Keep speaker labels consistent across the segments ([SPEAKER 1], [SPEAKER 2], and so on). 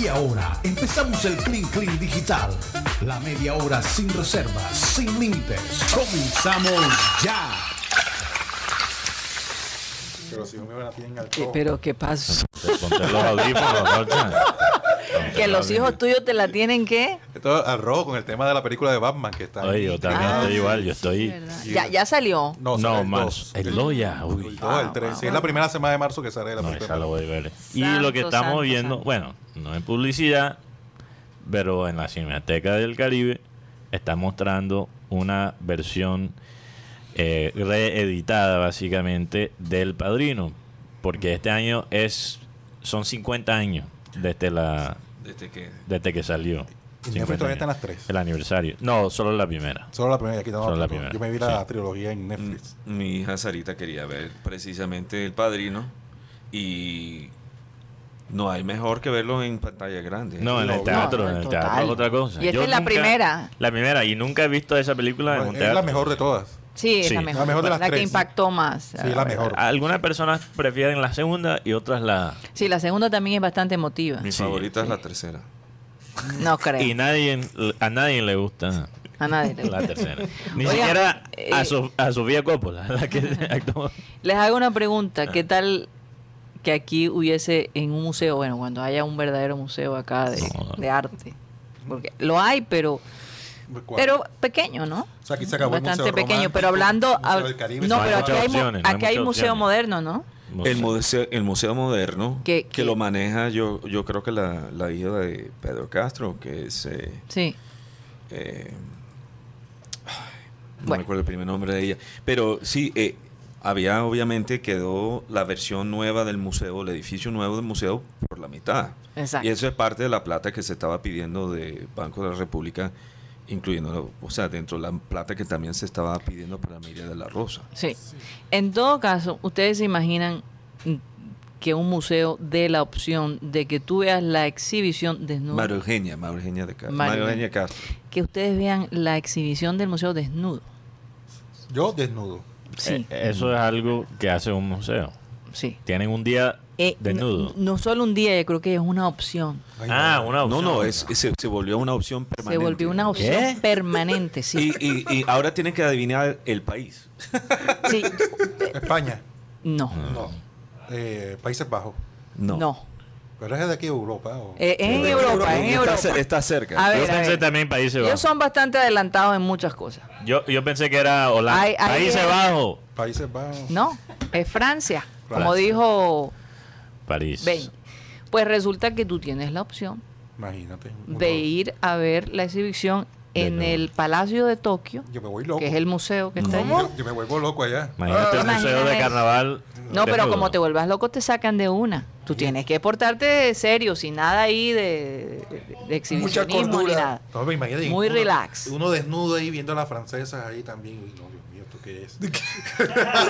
[SPEAKER 1] Y ahora empezamos el Clean Clean Digital. La media hora sin reservas, sin límites. Comenzamos ya.
[SPEAKER 2] Pero si no me la tienen al
[SPEAKER 3] ¿Qué- Eh, pero ¿qué pasó?
[SPEAKER 4] Ponte los audífonos, Rocha.
[SPEAKER 3] ¿Que los hijos tuyos te la tienen qué?
[SPEAKER 2] Esto al rojo con el tema de la película de Batman que está.
[SPEAKER 4] Oye, yo también
[SPEAKER 3] Ah,
[SPEAKER 4] estoy igual, yo estoy.
[SPEAKER 3] ¿Verdad? Ya, ya salió.
[SPEAKER 2] No, sale
[SPEAKER 4] No,
[SPEAKER 2] el
[SPEAKER 4] más.
[SPEAKER 2] dos.
[SPEAKER 4] El Loya, uy.
[SPEAKER 2] El dos, el tres. Sí, es la primera semana de marzo que sale la
[SPEAKER 4] No,
[SPEAKER 2] película.
[SPEAKER 4] esa la voy a ver. y
[SPEAKER 3] Santo,
[SPEAKER 4] lo que estamos
[SPEAKER 3] santo,
[SPEAKER 4] viendo,
[SPEAKER 3] santo.
[SPEAKER 4] bueno, no en publicidad, pero en la Cineteca del Caribe está mostrando una versión eh, reeditada básicamente del Padrino, porque este año es son 50 años desde la
[SPEAKER 2] Desde que.
[SPEAKER 4] desde que salió.
[SPEAKER 2] Y en
[SPEAKER 4] 50
[SPEAKER 2] Netflix todavía
[SPEAKER 4] años.
[SPEAKER 2] están las tres.
[SPEAKER 4] El aniversario. No, solo la primera.
[SPEAKER 2] Solo la primera, aquí estamos
[SPEAKER 4] Solo la
[SPEAKER 2] hablando.
[SPEAKER 4] primera,
[SPEAKER 2] Yo me vi la
[SPEAKER 4] sí.
[SPEAKER 2] trilogía en
[SPEAKER 4] Mm.
[SPEAKER 2] Netflix.
[SPEAKER 5] Mi hija Sarita quería ver precisamente El Padrino y no hay mejor que verlo en pantalla grande.
[SPEAKER 4] No, en el
[SPEAKER 2] No,
[SPEAKER 4] teatro,
[SPEAKER 3] no,
[SPEAKER 4] en el
[SPEAKER 3] total.
[SPEAKER 4] teatro es otra cosa.
[SPEAKER 3] Y esta
[SPEAKER 4] Yo
[SPEAKER 3] es la
[SPEAKER 4] nunca-
[SPEAKER 3] primera.
[SPEAKER 4] La primera, y nunca he visto esa película en un
[SPEAKER 2] es
[SPEAKER 4] teatro.
[SPEAKER 2] la mejor de todas.
[SPEAKER 3] Sí, es
[SPEAKER 4] Sí.
[SPEAKER 3] la mejor. La,
[SPEAKER 2] mejor de las
[SPEAKER 3] que
[SPEAKER 2] tres.
[SPEAKER 3] impactó más.
[SPEAKER 2] Sí, es la mejor.
[SPEAKER 4] Algunas personas prefieren la segunda y otras la...
[SPEAKER 3] Sí, la segunda también es bastante emotiva.
[SPEAKER 5] Mi
[SPEAKER 4] Sí,
[SPEAKER 5] favorita es la tercera.
[SPEAKER 3] No creo.
[SPEAKER 4] Y nadie, a nadie le gusta
[SPEAKER 3] A nadie le
[SPEAKER 4] la
[SPEAKER 3] gusta.
[SPEAKER 4] tercera. Ni
[SPEAKER 3] Oiga,
[SPEAKER 4] siquiera a,
[SPEAKER 3] eh,
[SPEAKER 4] Sof- a Sofía Coppola, la que actuó.
[SPEAKER 3] Les hago una pregunta. ¿Qué tal que aquí hubiese en un museo, bueno, cuando haya un verdadero museo acá de,
[SPEAKER 4] No.
[SPEAKER 3] de arte? Porque lo hay, pero pero pequeño, ¿no?
[SPEAKER 2] O sea, aquí se acabó el
[SPEAKER 3] Bastante
[SPEAKER 2] Museo
[SPEAKER 3] pequeño,
[SPEAKER 2] Romántico,
[SPEAKER 3] pero hablando...
[SPEAKER 2] Museo del Caribe,
[SPEAKER 3] no,
[SPEAKER 4] no hay
[SPEAKER 3] pero aquí
[SPEAKER 4] muchas
[SPEAKER 3] hay, mu-
[SPEAKER 4] opciones, no hay
[SPEAKER 3] aquí hay
[SPEAKER 4] muchas
[SPEAKER 3] museo
[SPEAKER 4] opciones.
[SPEAKER 3] moderno, ¿no?
[SPEAKER 4] No
[SPEAKER 5] El
[SPEAKER 4] sé.
[SPEAKER 5] museo, el museo moderno
[SPEAKER 3] Que-
[SPEAKER 5] que,
[SPEAKER 3] que-
[SPEAKER 5] lo maneja yo, yo creo que la, la hija de Pedro Castro, que es eh,
[SPEAKER 3] Sí.
[SPEAKER 5] eh, ay, no
[SPEAKER 3] Bueno.
[SPEAKER 5] me acuerdo el primer nombre de ella. Pero sí, eh, había obviamente quedó la versión nueva del museo, el edificio nuevo del museo por la mitad.
[SPEAKER 3] Exacto.
[SPEAKER 5] Y eso es parte de la plata que se estaba pidiendo de Banco de la República, incluyendo, o sea, dentro de la plata que también se estaba pidiendo para Miriam de la Rosa.
[SPEAKER 3] Sí. En todo caso, ustedes se imaginan mm, que un museo dé la opción de que tú veas la exhibición desnuda,
[SPEAKER 5] María Eugenia, María Eugenia de Castro.
[SPEAKER 3] María
[SPEAKER 5] María Eugenia Castro.
[SPEAKER 3] que ustedes vean la exhibición del museo desnudo.
[SPEAKER 2] Yo desnudo.
[SPEAKER 3] Sí,
[SPEAKER 4] Eh, Eso es algo que hace un museo.
[SPEAKER 3] sí.
[SPEAKER 4] Tienen un día
[SPEAKER 3] Eh,
[SPEAKER 4] desnudo.
[SPEAKER 3] No, no solo un día, yo creo que es una opción.
[SPEAKER 2] Ay,
[SPEAKER 4] ah,
[SPEAKER 2] no.
[SPEAKER 4] una
[SPEAKER 5] No,
[SPEAKER 4] opción.
[SPEAKER 5] no, es, es- se, se volvió una opción permanente.
[SPEAKER 3] Se volvió una opción
[SPEAKER 4] ¿Qué?
[SPEAKER 3] permanente, sí.
[SPEAKER 5] Y, y, y ahora tienen que adivinar el país.
[SPEAKER 3] Sí.
[SPEAKER 2] España.
[SPEAKER 3] No,
[SPEAKER 2] No. Eh, Países Bajos.
[SPEAKER 5] No.
[SPEAKER 3] no.
[SPEAKER 2] Pero es de aquí Europa. o-
[SPEAKER 3] Eh, es en Europa, es en
[SPEAKER 5] Está,
[SPEAKER 3] Europa.
[SPEAKER 5] cer- está cerca.
[SPEAKER 3] A ver,
[SPEAKER 4] Yo
[SPEAKER 3] a
[SPEAKER 4] pensé
[SPEAKER 3] ver.
[SPEAKER 4] también Países
[SPEAKER 3] Ellos
[SPEAKER 4] Bajos.
[SPEAKER 3] son bastante adelantados en muchas cosas.
[SPEAKER 4] Yo, yo pensé que era Holanda.
[SPEAKER 3] Ay, ay,
[SPEAKER 4] Países
[SPEAKER 3] ay.
[SPEAKER 4] Bajos.
[SPEAKER 2] Países Bajos.
[SPEAKER 3] No, es Francia, como
[SPEAKER 4] Francia.
[SPEAKER 3] dijo
[SPEAKER 4] París.
[SPEAKER 3] Ben. Pues resulta que tú tienes la opción
[SPEAKER 2] Imagínate. uno-
[SPEAKER 3] de ir a ver la exhibición
[SPEAKER 4] De
[SPEAKER 3] en
[SPEAKER 4] nuevo.
[SPEAKER 3] el Palacio de Tokio,
[SPEAKER 2] Yo me voy loco.
[SPEAKER 3] que es el museo que está ahí.
[SPEAKER 2] Yo, yo me vuelvo loco allá.
[SPEAKER 4] Imagínate un
[SPEAKER 3] Imagínate
[SPEAKER 4] museo de
[SPEAKER 3] eso.
[SPEAKER 4] carnaval.
[SPEAKER 3] No, pero
[SPEAKER 4] desnudo.
[SPEAKER 3] como te vuelvas loco te sacan de una. Tú tienes que portarte serio, sin nada ahí de, de- de exhibicionismo ni nada.
[SPEAKER 2] No, pero imagínate,
[SPEAKER 3] Muy
[SPEAKER 2] uno-
[SPEAKER 3] relax.
[SPEAKER 2] Uno desnudo ahí viendo a las francesas ahí también. Uy, no, Dios mío, ¿esto qué es?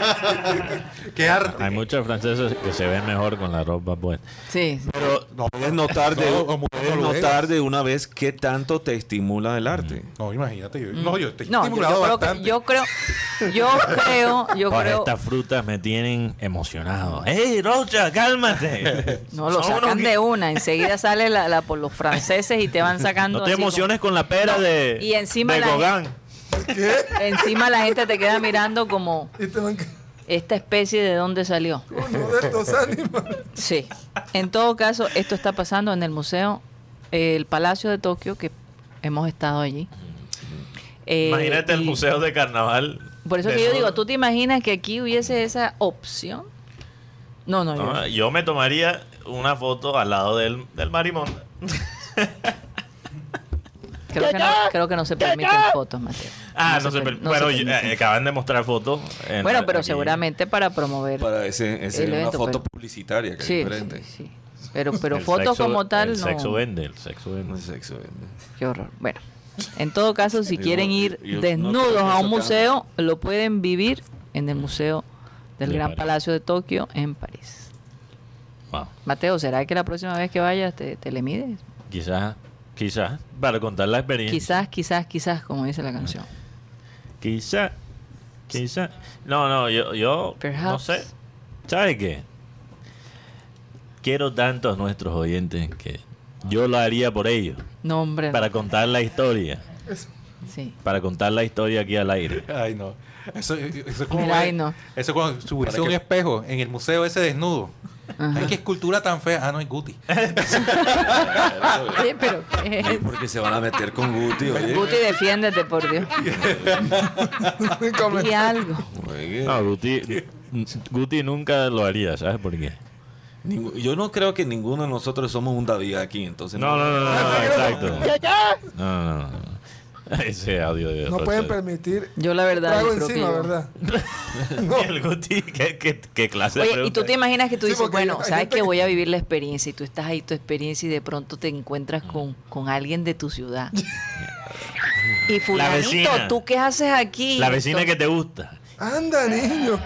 [SPEAKER 2] qué arte.
[SPEAKER 4] Hay muchos franceses que se ven mejor con la ropa puesta.
[SPEAKER 3] Sí, sí.
[SPEAKER 5] Pero puedes notar, de,
[SPEAKER 2] No, como
[SPEAKER 5] puedes
[SPEAKER 2] noruegas.
[SPEAKER 5] notar de una vez qué tanto te estimula el arte.
[SPEAKER 2] No, imagínate. Yo, no, yo estoy
[SPEAKER 3] No, yo,
[SPEAKER 2] estimulado
[SPEAKER 3] yo creo que,
[SPEAKER 2] bastante.
[SPEAKER 3] yo creo, yo creo, yo
[SPEAKER 4] Pues
[SPEAKER 3] creo,
[SPEAKER 4] estas frutas me tienen emocionado. ¡Ey, Rocha, cálmate!
[SPEAKER 3] no lo
[SPEAKER 4] Son unos
[SPEAKER 3] sacan
[SPEAKER 4] gui-
[SPEAKER 3] de una, enseguida sale la, la por los franceses y te van sacando.
[SPEAKER 4] No te
[SPEAKER 3] así como-
[SPEAKER 4] emociones con la pera
[SPEAKER 3] No,
[SPEAKER 4] de,
[SPEAKER 3] y encima
[SPEAKER 4] de
[SPEAKER 3] la-
[SPEAKER 4] Gauguin.
[SPEAKER 3] Encima la gente te queda mirando como
[SPEAKER 2] Este man que-
[SPEAKER 3] esta especie de dónde salió.
[SPEAKER 2] uno de estos ánimos.
[SPEAKER 3] Sí. En todo caso, esto está pasando en el museo, eh, el Palacio de Tokio, que hemos estado allí. Eh,
[SPEAKER 4] Imagínate el
[SPEAKER 3] y-
[SPEAKER 4] museo de carnaval.
[SPEAKER 3] Por eso que yo
[SPEAKER 4] desnudo.
[SPEAKER 3] digo, ¿tú te imaginas que aquí hubiese esa opción? No, no, yo.
[SPEAKER 4] No, yo me tomaría una foto al lado del, del marimonda.
[SPEAKER 3] Creo que no, creo que no se permiten fotos, Mateo.
[SPEAKER 4] Ah,
[SPEAKER 3] No
[SPEAKER 4] no
[SPEAKER 3] se
[SPEAKER 4] sé,
[SPEAKER 3] per-
[SPEAKER 4] pero-
[SPEAKER 3] no
[SPEAKER 4] bueno,
[SPEAKER 3] se
[SPEAKER 4] yo-
[SPEAKER 3] permite.
[SPEAKER 4] eh, acaban de mostrar fotos. en-
[SPEAKER 3] Bueno, pero
[SPEAKER 4] aquí.
[SPEAKER 3] seguramente para promover.
[SPEAKER 5] Para ese, ese
[SPEAKER 3] El
[SPEAKER 5] una
[SPEAKER 3] evento,
[SPEAKER 5] foto
[SPEAKER 3] Mm. pero-
[SPEAKER 5] publicitaria que
[SPEAKER 3] sí,
[SPEAKER 5] es diferente.
[SPEAKER 3] sí, sí. Pero, pero
[SPEAKER 4] El
[SPEAKER 3] fotos
[SPEAKER 4] sexo-
[SPEAKER 3] como tal,
[SPEAKER 4] el
[SPEAKER 3] no.
[SPEAKER 4] sexo vende, el sexo
[SPEAKER 5] No
[SPEAKER 4] vende.
[SPEAKER 5] es sexo, ¿no?
[SPEAKER 3] Qué horror. Bueno, en todo caso, si
[SPEAKER 5] Yo-
[SPEAKER 3] quieren ir
[SPEAKER 5] yo- yo-
[SPEAKER 3] desnudos
[SPEAKER 5] no,
[SPEAKER 3] a un
[SPEAKER 5] eso
[SPEAKER 3] museo, lo pueden vivir en el Museo del
[SPEAKER 4] De
[SPEAKER 3] Gran
[SPEAKER 4] París.
[SPEAKER 3] Palacio de Tokio en París.
[SPEAKER 4] Wow.
[SPEAKER 3] Mateo, ¿será que la próxima vez que vayas te, te le mides?
[SPEAKER 4] Quizás, quizás, para contar la experiencia.
[SPEAKER 3] Quizás, quizás, quizás, como dice la canción.
[SPEAKER 4] Quizá, quizá. No, no, yo, yo no
[SPEAKER 3] Perhaps.
[SPEAKER 4] sé. ¿Sabe qué? Quiero tanto a nuestros oyentes que Yo lo haría por ellos.
[SPEAKER 3] No, hombre. no.
[SPEAKER 4] Para contar la historia.
[SPEAKER 3] Sí.
[SPEAKER 4] Para contar la historia aquí al aire.
[SPEAKER 2] Ay, no. Eso, eso es como.
[SPEAKER 3] Mira,
[SPEAKER 2] ver-
[SPEAKER 3] ay, no.
[SPEAKER 2] Eso es como subirse a un espejo en el museo ese desnudo. Ay, qué escultura tan fea. Ah, no, es Guti.
[SPEAKER 3] Oye, pero. ¿qué es esto?
[SPEAKER 5] Porque se van a meter con Guti, oye.
[SPEAKER 3] Guti, defiéndete, por Dios. Y algo.
[SPEAKER 5] Oye,
[SPEAKER 4] No, Guti, Guti nunca lo haría, ¿sabes por qué?
[SPEAKER 5] ningú- yo no creo que ninguno de nosotros somos un David aquí, entonces.
[SPEAKER 4] No, no, no, no, no, exacto. No, no, no, no. Ese audio de
[SPEAKER 6] No pueden permitir
[SPEAKER 3] Yo, la verdad.
[SPEAKER 6] trago
[SPEAKER 3] yo creo que
[SPEAKER 6] encima,
[SPEAKER 3] yo-
[SPEAKER 6] ¿verdad?
[SPEAKER 4] El Guti, ¿qué, qué, qué clase de
[SPEAKER 3] Oye, y tú
[SPEAKER 4] pregunta?
[SPEAKER 3] te imaginas que tú
[SPEAKER 6] Sí,
[SPEAKER 3] dices,
[SPEAKER 6] porque
[SPEAKER 3] bueno,
[SPEAKER 6] hay
[SPEAKER 3] sabes
[SPEAKER 6] gente
[SPEAKER 3] que
[SPEAKER 6] que-
[SPEAKER 3] voy a vivir la experiencia y tú estás ahí tu experiencia y de pronto te encuentras con, con alguien de tu ciudad. y fulanito,
[SPEAKER 4] vecina.
[SPEAKER 3] ¿tú qué haces aquí?
[SPEAKER 4] La vecina que
[SPEAKER 3] Entonces-
[SPEAKER 4] te gusta.
[SPEAKER 6] Anda, niño.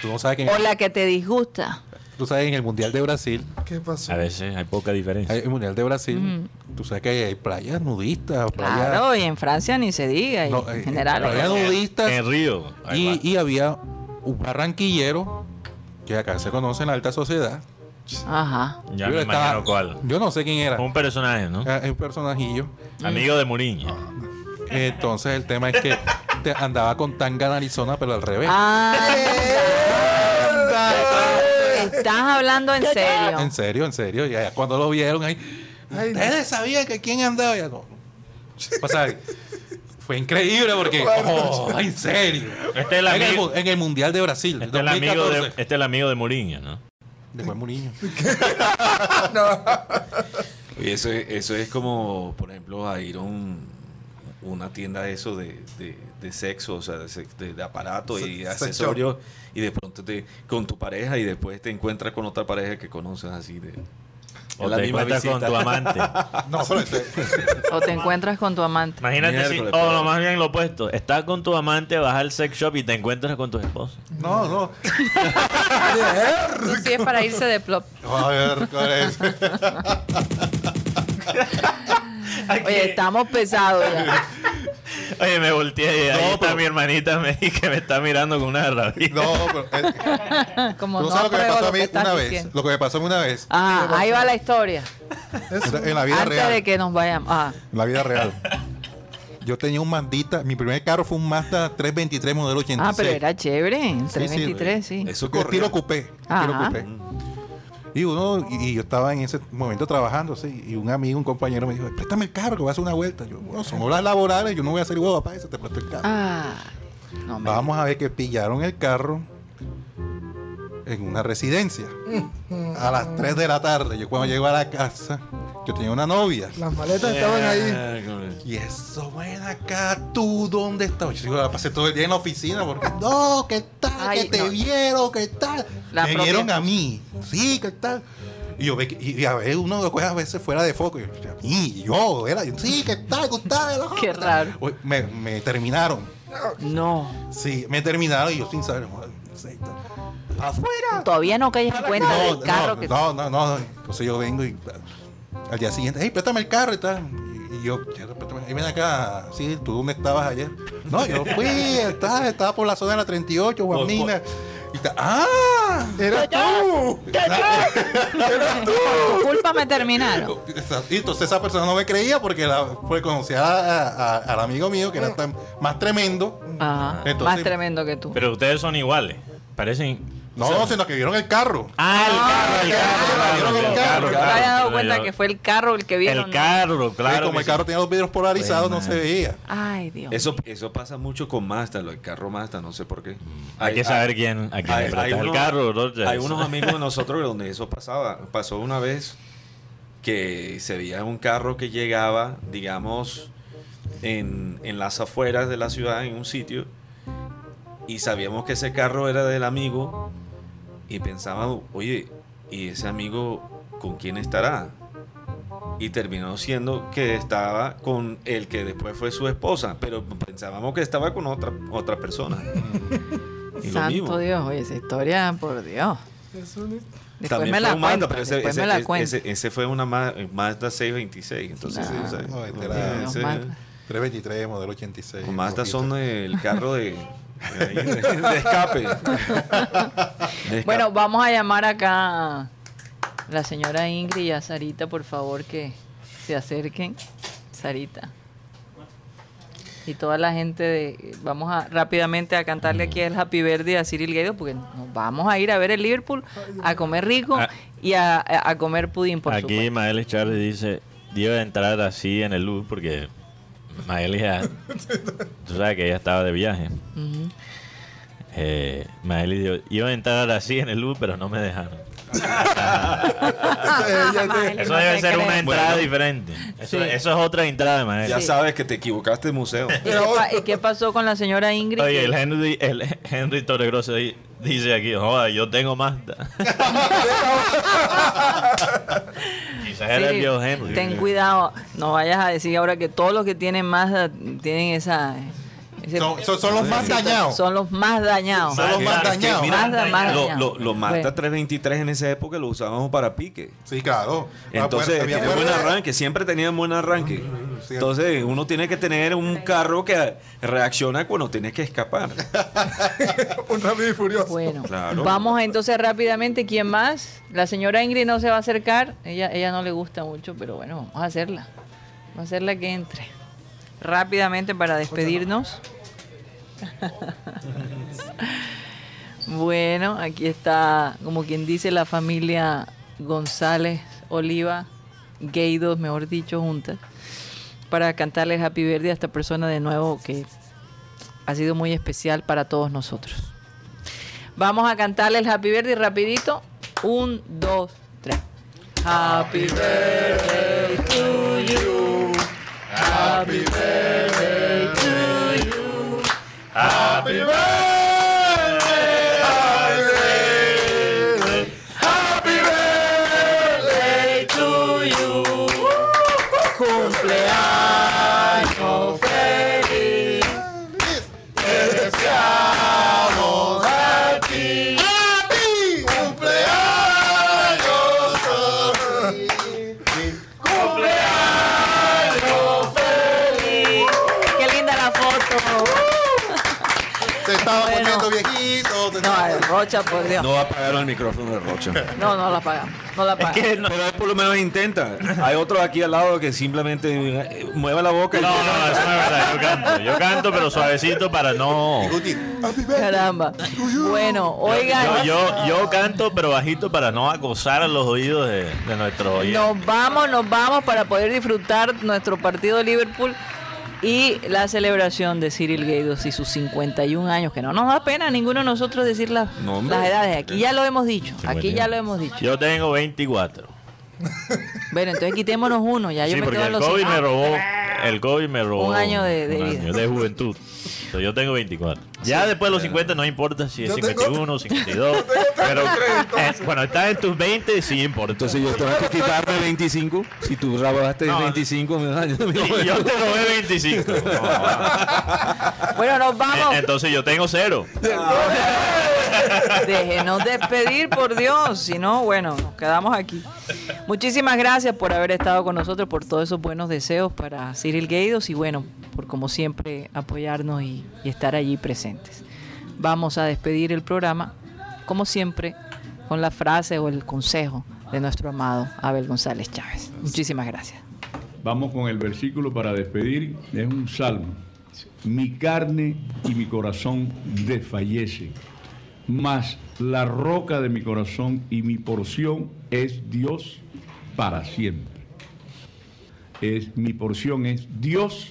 [SPEAKER 2] Tú no sabes que en
[SPEAKER 3] O
[SPEAKER 2] el,
[SPEAKER 3] la que te disgusta.
[SPEAKER 2] tú sabes, en el Mundial de Brasil.
[SPEAKER 6] ¿Qué pasó?
[SPEAKER 4] A veces hay poca diferencia.
[SPEAKER 2] El Mundial de Brasil. Tú sabes que hay playas nudistas. Playas,
[SPEAKER 3] Claro, y en Francia ni se diga, y
[SPEAKER 2] no, eh,
[SPEAKER 3] en general.
[SPEAKER 2] Playas
[SPEAKER 3] ¿no?
[SPEAKER 2] nudistas.
[SPEAKER 4] En Río. Eh, ahí
[SPEAKER 2] Y, y había un barranquillero que acá se conoce en la alta sociedad.
[SPEAKER 3] Ajá.
[SPEAKER 4] va. Ya me imagino cuál.
[SPEAKER 2] Yo no sé quién era.
[SPEAKER 4] Un personaje, ¿no?
[SPEAKER 2] Ah, Es un personajillo.
[SPEAKER 4] Amigo de Muriño.
[SPEAKER 2] Entonces el tema es que te andaba con tanga en Arizona, pero al revés.
[SPEAKER 3] Ah, estás hablando en serio.
[SPEAKER 2] En serio, en serio. Ya, ya, cuando lo vieron ahí,
[SPEAKER 6] Ay,
[SPEAKER 2] ustedes sabían que quién andaba. Ya, no. O sea, fue increíble porque, oh, en serio.
[SPEAKER 4] Este es el
[SPEAKER 2] en, el,
[SPEAKER 4] amigo,
[SPEAKER 2] mu- en el Mundial de Brasil.
[SPEAKER 4] este es el amigo de, este es el amigo de Muriño, ¿no?
[SPEAKER 2] de Juan Muriño.
[SPEAKER 5] Oye, eso, es- eso es como, por ejemplo, a ir a un- una tienda de eso de, de, de sexo, o sea, de, sex- de- de aparatos y
[SPEAKER 6] Se-
[SPEAKER 5] accesorios, y de pronto te con tu pareja y después te encuentras con otra pareja que conoces así de...
[SPEAKER 4] O
[SPEAKER 5] en la
[SPEAKER 4] te
[SPEAKER 5] misma
[SPEAKER 4] encuentras con
[SPEAKER 5] visita.
[SPEAKER 4] tu amante.
[SPEAKER 2] No, pero
[SPEAKER 3] este-
[SPEAKER 2] ese-
[SPEAKER 3] O te encuentras con tu amante.
[SPEAKER 4] Imagínate si,
[SPEAKER 5] Miércoles,
[SPEAKER 4] o
[SPEAKER 5] pero-
[SPEAKER 4] no, más bien lo opuesto. Estás con tu amante, vas al sex shop y te encuentras con tu esposo.
[SPEAKER 2] no, no.
[SPEAKER 3] Eso sí es para irse de plop.
[SPEAKER 2] A ver, ¿cuál es?
[SPEAKER 3] Oye, estamos pesados ya.
[SPEAKER 4] Oye, me volteé y ahí
[SPEAKER 2] No,
[SPEAKER 4] está
[SPEAKER 2] pero-
[SPEAKER 4] mi hermanita me- que me está mirando con una rabia.
[SPEAKER 2] No, pero, eh,
[SPEAKER 3] Como
[SPEAKER 2] tú
[SPEAKER 3] no
[SPEAKER 2] no sabes lo que me
[SPEAKER 3] apruebo
[SPEAKER 2] pasó a
[SPEAKER 3] lo
[SPEAKER 2] mí
[SPEAKER 3] que estás
[SPEAKER 2] una vez.
[SPEAKER 3] diciendo.
[SPEAKER 2] Lo que me pasó a mí una vez.
[SPEAKER 3] Ah, ahí va la historia.
[SPEAKER 6] Eso.
[SPEAKER 2] En la vida
[SPEAKER 3] Antes
[SPEAKER 2] real.
[SPEAKER 3] de que nos vayamos. Ah,
[SPEAKER 2] En la vida real. Yo tenía un Mandita. Mi primer carro fue un Mazda 323 modelo 86.
[SPEAKER 3] Ah, pero era chévere. El
[SPEAKER 2] Sí, sí,
[SPEAKER 3] 323, sí.
[SPEAKER 5] Eso
[SPEAKER 2] El
[SPEAKER 5] corrió.
[SPEAKER 2] tiro coupé.
[SPEAKER 3] Ajá.
[SPEAKER 2] Tiro coupé. Y uno, y, y yo estaba en ese momento trabajando, sí, y un amigo, un compañero me dijo, préstame el carro, que voy a hacer una vuelta. Yo, bueno, son horas laborales, yo no voy a hacer huevo para eso, te presto el carro.
[SPEAKER 3] Ah, no me.
[SPEAKER 2] Vamos a ver que pillaron el carro en una residencia. A las 3 de la tarde, yo cuando llego a la casa, yo tenía una novia.
[SPEAKER 6] Las maletas estaban ahí.
[SPEAKER 5] Miércoles.
[SPEAKER 2] Y eso, ven acá, tú, ¿dónde estás? Yo digo, la pasé todo el día en la oficina porque, no, ¿qué tal?
[SPEAKER 3] Ay,
[SPEAKER 2] que te
[SPEAKER 3] no.
[SPEAKER 2] vieron, ¿qué tal?
[SPEAKER 3] La
[SPEAKER 2] me
[SPEAKER 3] propia-
[SPEAKER 2] vieron a mí, sí, ¿qué tal? Y yo, ve que- y, y a ver, uno de los a veces fuera de foco. Y yo, a mí, yo, era, yo, sí, ¿qué tal? ¿Qué tal?
[SPEAKER 3] Qué raro.
[SPEAKER 2] Oye, Me, me terminaron,
[SPEAKER 3] No.
[SPEAKER 2] sí, me terminaron y yo sin saber, joder, sí, tal. ¡Pa' afuera!
[SPEAKER 3] Todavía no caes en cuenta
[SPEAKER 2] no,
[SPEAKER 3] del carro
[SPEAKER 2] no,
[SPEAKER 3] que.
[SPEAKER 2] no, no, no. Entonces yo vengo y ah, al día siguiente, hey, préstame el carro y tal. Y, y yo, "Ya, préstame, y ven acá, sí, tú dónde estabas ayer. No, yo fui, estaba, estaba por la zona de la 38, Juan
[SPEAKER 5] Por-
[SPEAKER 2] Mina. Y ta- ¡Ah!
[SPEAKER 6] Era tú.
[SPEAKER 3] Por tu culpa me terminaron.
[SPEAKER 2] Y entonces esa persona no me creía porque la, fue conocía a- a- al amigo mío que
[SPEAKER 3] Mm.
[SPEAKER 2] era tan- más tremendo.
[SPEAKER 3] Ajá.
[SPEAKER 2] Entonces-
[SPEAKER 3] Ah, Más tremendo que tú.
[SPEAKER 4] Pero ustedes son iguales. Parecen.
[SPEAKER 2] No, sino que vieron el carro.
[SPEAKER 4] Ah, el
[SPEAKER 2] Ah,
[SPEAKER 4] carro, el
[SPEAKER 2] el
[SPEAKER 4] carro,
[SPEAKER 2] carro,
[SPEAKER 4] el
[SPEAKER 3] Yo
[SPEAKER 2] claro,
[SPEAKER 3] me había dado
[SPEAKER 4] carro.
[SPEAKER 3] cuenta que fue el carro el que vieron.
[SPEAKER 4] El
[SPEAKER 3] ¿no?
[SPEAKER 4] carro,
[SPEAKER 2] Sí,
[SPEAKER 4] claro.
[SPEAKER 2] como
[SPEAKER 4] que
[SPEAKER 2] el carro tenía los vidrios polarizados,
[SPEAKER 5] Pues,
[SPEAKER 2] no se veía.
[SPEAKER 3] Ay, Dios.
[SPEAKER 5] Eso, eso pasa mucho con Mazda, lo del carro Mazda, no sé por qué.
[SPEAKER 4] sí. Hay que saber quién, a quién
[SPEAKER 5] hay-
[SPEAKER 4] le prestas
[SPEAKER 5] hay
[SPEAKER 4] el
[SPEAKER 5] unos-
[SPEAKER 4] carro, Roger.
[SPEAKER 5] Hay unos amigos de nosotros donde eso pasaba. Pasó una vez que se veía un carro que llegaba, digamos, en, en las afueras de la ciudad, en un sitio, y sabíamos que ese carro era del amigo, y pensábamos, oye, ¿y ese amigo con quién estará? Y terminó siendo que estaba con el que después fue su esposa, pero pensábamos que estaba con otra, otra persona. Y lo mismo.
[SPEAKER 3] Santo Dios. Oye, esa historia, por Dios.
[SPEAKER 6] Es un-
[SPEAKER 3] Después
[SPEAKER 5] También
[SPEAKER 3] me
[SPEAKER 5] fue
[SPEAKER 3] la
[SPEAKER 5] un Mazda,
[SPEAKER 3] cuenta.
[SPEAKER 5] pero ese,
[SPEAKER 3] después
[SPEAKER 5] ese-
[SPEAKER 3] me la
[SPEAKER 5] ese-
[SPEAKER 3] cuenta.
[SPEAKER 5] ese- ese fue una Ma- Mazda 626. Entonces,
[SPEAKER 3] Nah,
[SPEAKER 5] o sea,
[SPEAKER 2] no, este
[SPEAKER 5] no,
[SPEAKER 2] era-
[SPEAKER 5] ese-
[SPEAKER 3] Mazda.
[SPEAKER 2] 323, modelo 86.
[SPEAKER 5] los Mazda
[SPEAKER 2] poquito.
[SPEAKER 5] son el carro de, de, ahí, de- de escape. De escape.
[SPEAKER 3] Bueno, vamos a llamar acá la señora Ingrid y a Sarita, por favor, que se acerquen. Sarita. Y toda la gente de... Vamos a rápidamente a cantarle aquí el Happy Verde a Cyril Gaido porque nos vamos a ir a ver el Liverpool, a comer rico
[SPEAKER 4] Ah.
[SPEAKER 3] y a, a- a comer pudín, por
[SPEAKER 4] Aquí
[SPEAKER 3] supuesto.
[SPEAKER 4] Maelis Charles dice, debe entrar así en el loop porque Maelis ya- tú sabes que ella estaba de viaje.
[SPEAKER 3] Ujú.
[SPEAKER 4] Eh, Maelis dijo, iba a entrar así en el loop, pero no me dejaron.
[SPEAKER 3] Él
[SPEAKER 4] Eso
[SPEAKER 3] no
[SPEAKER 4] debe
[SPEAKER 3] te
[SPEAKER 4] ser
[SPEAKER 3] cree.
[SPEAKER 4] una entrada
[SPEAKER 5] Bueno.
[SPEAKER 4] diferente. Eso,
[SPEAKER 3] Sí.
[SPEAKER 4] eso es otra entrada de Maelis.
[SPEAKER 5] Ya
[SPEAKER 3] Sí.
[SPEAKER 5] sabes que te equivocaste de museo.
[SPEAKER 3] ¿Y qué, pa- y qué pasó con la señora Ingrid?
[SPEAKER 4] Oye, el Henry, el Henry Torregrosa di- dice aquí, joda, yo tengo Mazda. Quizás era el
[SPEAKER 3] Sí,
[SPEAKER 4] viejo Henry.
[SPEAKER 3] Ten cuidado, no vayas a decir ahora que todos los que tienen Mazda tienen esa. ese-
[SPEAKER 2] Son, son- son los más dañados.
[SPEAKER 3] son los más dañados.
[SPEAKER 2] Son los más
[SPEAKER 4] Ah, Claro, es que
[SPEAKER 2] dañados.
[SPEAKER 4] mira,
[SPEAKER 3] Mazda, Mazda.
[SPEAKER 5] Lo, lo, lo Mazda
[SPEAKER 3] Bueno.
[SPEAKER 5] 323 en esa época lo usábamos para pique.
[SPEAKER 2] Sí, claro.
[SPEAKER 5] Entonces,
[SPEAKER 2] Acuérdate,
[SPEAKER 5] tiene
[SPEAKER 2] acuérdate.
[SPEAKER 5] buen arranque, siempre tenía buen arranque.
[SPEAKER 2] sí.
[SPEAKER 5] Entonces, uno tiene que tener un carro que reacciona cuando tienes que escapar.
[SPEAKER 6] Un rápido y furioso.
[SPEAKER 3] Bueno,
[SPEAKER 5] Claro.
[SPEAKER 3] vamos entonces rápidamente. ¿Quién más? La señora Ingrid no se va a acercar. Ella, ella no le gusta mucho, pero bueno, vamos a hacerla. Vamos a hacerla que entre. Rápidamente para despedirnos. bueno, aquí está, como quien dice, la familia González Oliva, Gaidos, mejor dicho, juntas, para cantarles Happy Verde a esta persona de nuevo que ha sido muy especial para todos nosotros. Vamos a cantarle el Happy Birthday rapidito. Un, dos, tres. Happy birthday to you. Happy birthday to you. Qué linda la foto.
[SPEAKER 2] Se estaba
[SPEAKER 3] Bueno.
[SPEAKER 2] poniendo viejito. se
[SPEAKER 3] No,
[SPEAKER 2] estaba-
[SPEAKER 3] ay, Rocha, por Dios.
[SPEAKER 5] No apagaron el micrófono de Rocha.
[SPEAKER 3] No, no la pagamos. No la
[SPEAKER 5] Es
[SPEAKER 3] pagamos.
[SPEAKER 5] que no- pero él por lo menos intenta. Hay otro aquí al lado que simplemente eh, mueve la boca y
[SPEAKER 4] No, no, no, eso no es verdad. Yo canto, yo canto, pero suavecito para no.
[SPEAKER 2] Guti,
[SPEAKER 3] Caramba. Bueno,
[SPEAKER 4] Yo,
[SPEAKER 3] oigan,
[SPEAKER 4] yo, yo canto, pero bajito para no acosar a los oídos de, de nuestros oyentes.
[SPEAKER 3] nos vamos, nos vamos para poder disfrutar nuestro partido Liverpool y la celebración de Cyril Gaidos y sus 51 años, que no nos da pena a ninguno de nosotros decir las,
[SPEAKER 5] No, hombre.
[SPEAKER 3] las edades. Aquí ya lo hemos dicho. Aquí ya lo hemos dicho.
[SPEAKER 4] Yo tengo 24.
[SPEAKER 3] Bueno, entonces quitémonos uno, ya yo
[SPEAKER 4] sí,
[SPEAKER 3] me
[SPEAKER 4] porque
[SPEAKER 3] quedo en
[SPEAKER 4] el
[SPEAKER 3] los
[SPEAKER 4] COVID me
[SPEAKER 3] cinco.
[SPEAKER 4] robó. ah. El COVID me robó.
[SPEAKER 3] ah, Un año de- de
[SPEAKER 4] un
[SPEAKER 3] vida.
[SPEAKER 4] año de juventud. Entonces, yo tengo 24. Ya después de los 50 no importa si es
[SPEAKER 6] Yo tengo-
[SPEAKER 4] 51 o 52. Pero eh, cuando estás en tus 20 sí importa.
[SPEAKER 5] Entonces yo tengo que quitarme 25. Si tú rabaste
[SPEAKER 4] No,
[SPEAKER 5] 25, me da- yo
[SPEAKER 4] Sí,
[SPEAKER 5] también-
[SPEAKER 4] yo te robé 25. No.
[SPEAKER 3] Bueno, nos vamos.
[SPEAKER 4] Eh, Entonces yo tengo cero.
[SPEAKER 3] Déjenos despedir, por Dios. Si no, bueno, nos quedamos aquí. Muchísimas gracias por haber estado con nosotros, por todos esos buenos deseos para Cyril Gaidos y bueno, por como siempre apoyarnos y, y estar allí presentes. Vamos a despedir el programa, como siempre, con la frase o el consejo de nuestro amado Abel González Chávez. Muchísimas gracias.
[SPEAKER 7] Vamos con el versículo para despedir. Es un salmo. Mi carne y mi corazón desfallece, mas la roca de mi corazón y mi porción es Dios para siempre. Es, mi porción es Dios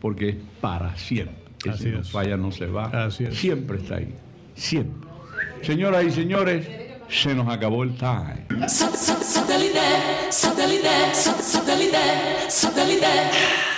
[SPEAKER 7] porque es para siempre. Ese
[SPEAKER 8] Así
[SPEAKER 7] no
[SPEAKER 8] es.
[SPEAKER 7] falla, no se va.
[SPEAKER 8] Así es.
[SPEAKER 7] Siempre está ahí. Siempre. Señoras y señores, se nos acabó el time.
[SPEAKER 9] Satellite, satellite, satellite, satellite, satellite.